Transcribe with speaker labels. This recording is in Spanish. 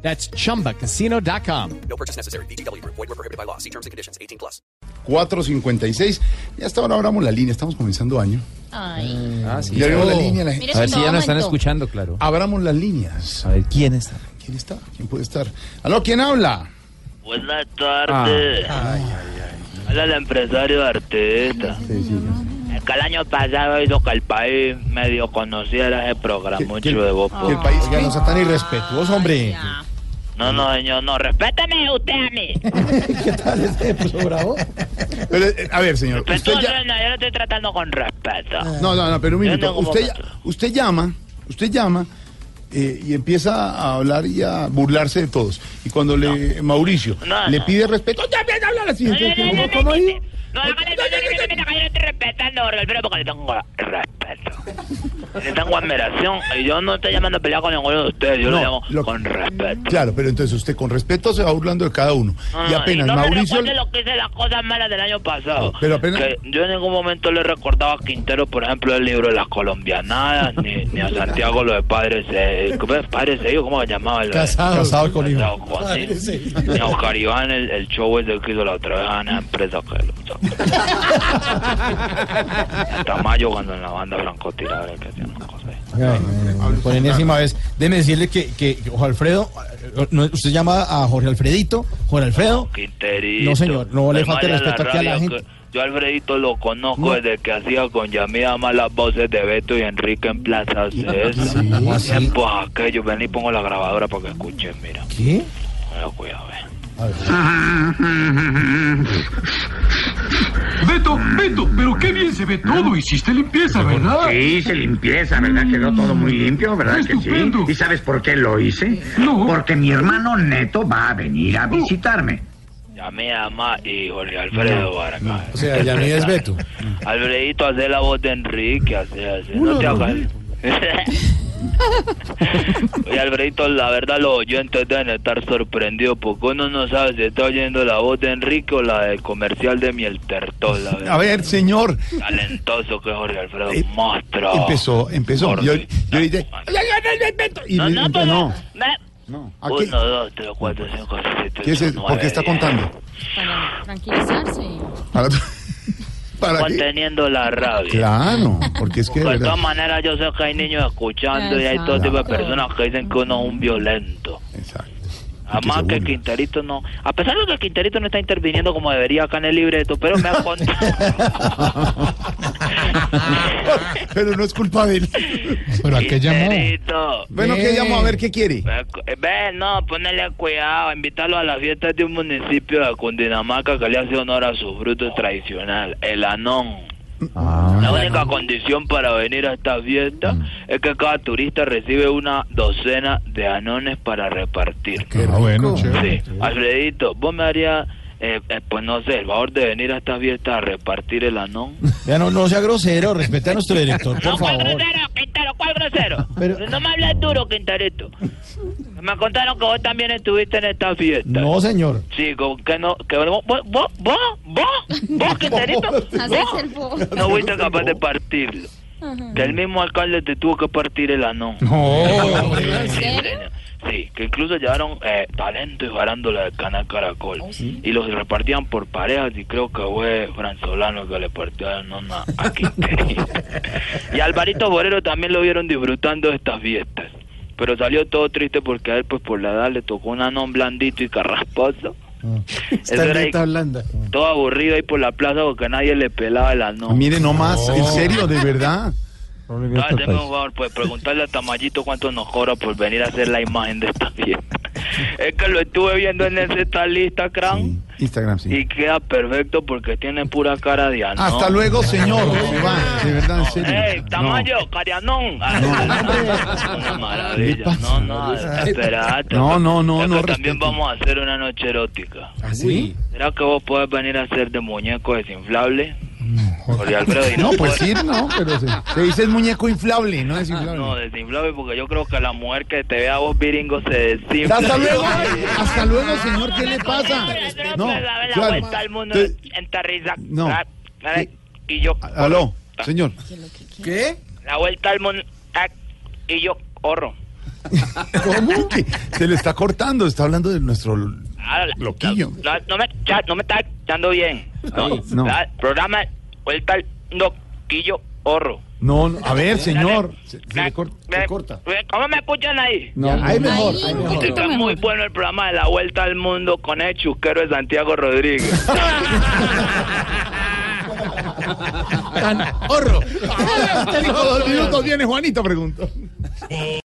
Speaker 1: That's chumbacasino.com.
Speaker 2: No purchase necessary. BGW. Void were prohibited by law. See terms and conditions. 18 plus.
Speaker 3: 4.56. Y hasta ahora abramos la línea, estamos comenzando año.
Speaker 4: Ay,
Speaker 3: Ya abrimos la línea, la gente.
Speaker 4: mire
Speaker 5: A ver
Speaker 4: si
Speaker 5: si ya
Speaker 4: no
Speaker 5: nos están escuchando, claro.
Speaker 3: Abramos las líneas.
Speaker 5: A ver quién está.
Speaker 3: ¿Quién está? ¿Quién puede estar? ¿Aló? ¿Quién habla?
Speaker 6: Buenas tardes. Hola, el empresario artista. Es que el año pasado hizo que el país medio conociera ese programa
Speaker 3: que el-
Speaker 6: chulo de vos.
Speaker 3: Que el país que no sea tan irrespetuoso, hombre.
Speaker 6: No, no, señor, no. Respéteme usted a mí.
Speaker 3: Pero, eh, a ver, señor. Usted
Speaker 6: Respetuoso,
Speaker 3: ya...
Speaker 6: no, yo lo estoy tratando con respeto.
Speaker 3: No, no, no, pero un
Speaker 6: Yo
Speaker 3: minuto.
Speaker 6: no como
Speaker 3: Usted, ya-
Speaker 6: gato.
Speaker 3: usted llama, usted llama eh, y empieza a hablar y a burlarse de todos. Y cuando le Mauricio
Speaker 6: No,
Speaker 3: le
Speaker 6: no.
Speaker 3: pide respeto, ya empieza a hablar así.
Speaker 6: No, no,
Speaker 3: Entonces,
Speaker 6: no, no,
Speaker 3: ¿cómo- cómo
Speaker 6: no,
Speaker 3: digo?
Speaker 6: no, hágale, no, no, no, no, no, no, yo le estoy respetando, Jorge Alfredo, porque le tengo respeto. Le tengo admiración. Y yo no estoy llamando a pelear con ninguno de ustedes.
Speaker 3: No,
Speaker 6: Yo lo llamo
Speaker 3: lo-
Speaker 6: con respeto.
Speaker 3: Claro, pero entonces usted con respeto se va burlando de cada uno.
Speaker 6: No,
Speaker 3: Y
Speaker 6: no,
Speaker 3: apenas
Speaker 6: no me
Speaker 3: Mauricio...
Speaker 6: recuerde lo que hice las cosas malas del año pasado.
Speaker 3: Pero apenas-
Speaker 6: Que yo en ningún momento le recordaba a Quintero, por ejemplo, el libro de las colombianadas, ni, ni a Santiago lo de padres, eh, ¿cómo es? padres ellos, ¿cómo se llamaba? El-
Speaker 3: Casado. Casado con hijo.
Speaker 6: Casado con- sí. Ni a Oscar Iván, el, el show ese que hizo la otra vez en la empresa que lo Tamayo cuando en la banda francotiradora que hacían unas cosas ahí.
Speaker 7: Por enésima vez, déjeme decirle que, que Jorge Alfredo, eh, no, usted llama a Jorge Alfredito, Jorge Alfredo.
Speaker 6: Quinterito.
Speaker 7: No, señor, no le falte
Speaker 6: Hermana,
Speaker 7: respeto
Speaker 6: la
Speaker 7: aquí a la
Speaker 6: radio
Speaker 7: gente.
Speaker 6: que- Yo Alfredito lo conozco desde que hacía con Yamida más las voces de Beto y Enrique en Plaza César.
Speaker 7: Ah, ¿Cómo así?
Speaker 6: Tiempos aquellos, ven y pongo la grabadora para que escuchen, mira.
Speaker 7: ¿Qué?
Speaker 6: Bueno, cuidado, ven.
Speaker 8: Beto, Beto, pero qué bien se ve todo. Hiciste limpieza, ¿verdad?
Speaker 9: Sí, hice limpieza, ¿verdad? Quedó todo muy limpio, ¿verdad que sí?
Speaker 8: Estupendo.
Speaker 9: ¿Y sabes por qué lo hice?
Speaker 8: No.
Speaker 9: Porque mi hermano Neto va a venir a visitarme.
Speaker 6: Yamida más y Jorge Alfredo Vargas.
Speaker 3: O sea, ya ni es Beto.
Speaker 6: Mm. Alfredito hace la voz de Enrique, hace, hace. No te hagas. Oye, Alfredito, la verdad los oyentes deben estar sorprendidos porque uno no sabe si está oyendo la voz de Enrique o la del comercial de Miel Tertol. la verdad.
Speaker 3: A ver, señor.
Speaker 6: Talentoso que es Jorge Alfredo,
Speaker 3: Eh,
Speaker 6: monstruo.
Speaker 3: Empezó, empezó.
Speaker 6: Gordo.
Speaker 3: Yo, yo dije, y
Speaker 6: No,
Speaker 3: le-
Speaker 6: no, pero...
Speaker 3: no,
Speaker 6: ve,
Speaker 3: no. ¿A qué?
Speaker 6: Uno, dos, tres, cuatro, cinco, seis, siete,
Speaker 3: ¿Qué es
Speaker 6: ocho,
Speaker 3: eso? ¿Por
Speaker 6: nueve,
Speaker 3: qué está
Speaker 6: diez.
Speaker 3: contando?
Speaker 4: para tranquilizarse.
Speaker 3: ¿Para, para qué?
Speaker 6: Conteniendo la rabia.
Speaker 3: Claro, porque es que de
Speaker 6: de
Speaker 3: verdad.
Speaker 6: todas maneras, yo sé que hay niños escuchando y hay todo tipo de
Speaker 4: Exacto.
Speaker 6: personas que dicen que uno es un violento.
Speaker 3: Exacto.
Speaker 6: Además que
Speaker 3: burlan.
Speaker 6: Quinterito no, a pesar de que Quinterito no está interviniendo como debería acá en el libreto, pero me ha contado.
Speaker 3: Pero no es culpa de él.
Speaker 7: ¿Pero a qué llamó?
Speaker 6: Quinterito.
Speaker 3: Bueno, que llamo a ver qué quiere.
Speaker 6: Ve, cu- ve, no, ponele cuidado, invitarlo a las fiestas de un municipio de Cundinamarca que le hace honor a su fruto tradicional, el anón. La única condición para venir a esta fiesta es que cada turista recibe una docena de anones para repartir.
Speaker 7: Ah, bueno, chévere.
Speaker 6: Sí, Alfredito, vos me harías, eh, eh, pues no sé, el favor de venir a esta fiesta a repartir el anón.
Speaker 7: Ya no, no sea grosero, respete a nuestro director, por favor.
Speaker 6: Quintero? ¿Cuál grosero?
Speaker 7: Pero-
Speaker 6: No me hables duro, Quinterito. Me contaron que vos también estuviste en esta fiesta.
Speaker 7: No, señor.
Speaker 6: Sí, con que no, que vos, vos, vos, vos, vos, vos, Quinterito,
Speaker 4: Haces
Speaker 6: vos
Speaker 4: el bobo.
Speaker 6: no fuiste capaz de partirlo. Que el mismo alcalde te tuvo que partir el anón.
Speaker 7: No.
Speaker 4: ¿En serio?
Speaker 6: Sí, que incluso llevaron eh, talento y farándula del canal Caracol.
Speaker 4: Oh,
Speaker 6: Y los repartían por parejas y creo que fue Fran Solano que le partió la nona a Quinterito. y Alvarito Borero también lo vieron disfrutando de estas fiestas. Pero salió todo triste porque a él, pues por la edad, le tocó un anón blandito y carrasposo. Eso era ahí,
Speaker 7: blanda.
Speaker 6: todo aburrido ahí por la plaza porque nadie le pelaba el anón.
Speaker 3: Mire nomás, en serio, de verdad.
Speaker 6: Ah, deme un favor, pues preguntarle a Tamayito cuánto nos cobra por venir a hacer la imagen de esta fiesta. es que lo estuve viendo en ese tal lista, Cran.
Speaker 3: Instagram, sí.
Speaker 6: Y queda perfecto porque tiene pura cara de anón.
Speaker 3: Hasta luego, señor. Se va, de verdad, en serio.
Speaker 6: ¡Ey, Tamayo, Carianón! Ah, Una
Speaker 3: ¿Qué
Speaker 6: maravilla.
Speaker 3: pasa?
Speaker 6: No, no, esperate.
Speaker 3: No, no, no,
Speaker 6: Creo
Speaker 3: no,
Speaker 6: que También
Speaker 3: respete.
Speaker 6: vamos a hacer una noche erótica.
Speaker 7: ¿Ah, sí?
Speaker 6: ¿Será que vos podés venir a hacer de muñeco desinflable? Jorge Alfredo, y
Speaker 3: No, pues
Speaker 6: puede-
Speaker 3: sí, no, pero se, se dice es muñeco inflable, no es inflable.
Speaker 6: No, desinflable porque yo creo que la mujer que te vea a vos, Viringo, se desinfla.
Speaker 3: Hasta luego, hasta luego, señor, ¿qué le pasa? No,
Speaker 6: No, pues, la
Speaker 3: claro.
Speaker 6: vuelta al mundo
Speaker 3: Te-
Speaker 6: en Tarriza.
Speaker 3: No.
Speaker 6: Ah, ah,
Speaker 3: ¿Qué?
Speaker 6: Y yo,
Speaker 3: Aló, señor.
Speaker 7: ¿Qué?
Speaker 6: la vuelta al mundo ah, y yo corro.
Speaker 3: ¿Cómo que se le está cortando? Está hablando de nuestro
Speaker 6: Ah, la-
Speaker 3: loquillo.
Speaker 6: la- no, me, ya, no me está dando bien. No,
Speaker 3: no.
Speaker 6: la- programa vuelta al mundo y yo corro.
Speaker 3: No, no, a ver, señor. Se, se
Speaker 6: Ah,
Speaker 3: le cor-
Speaker 6: me-
Speaker 3: se corta.
Speaker 6: me- ¿Cómo me escuchan ahí?
Speaker 3: No, ahí mejor, ahí
Speaker 4: un
Speaker 3: mejor.
Speaker 4: poquito
Speaker 6: Está muy
Speaker 4: mejor.
Speaker 6: bueno el programa de la Vuelta al Mundo con el chusquero de Santiago Rodríguez.
Speaker 1: este
Speaker 3: Tan horro. Todos los minutos viene Juanito, pregunto.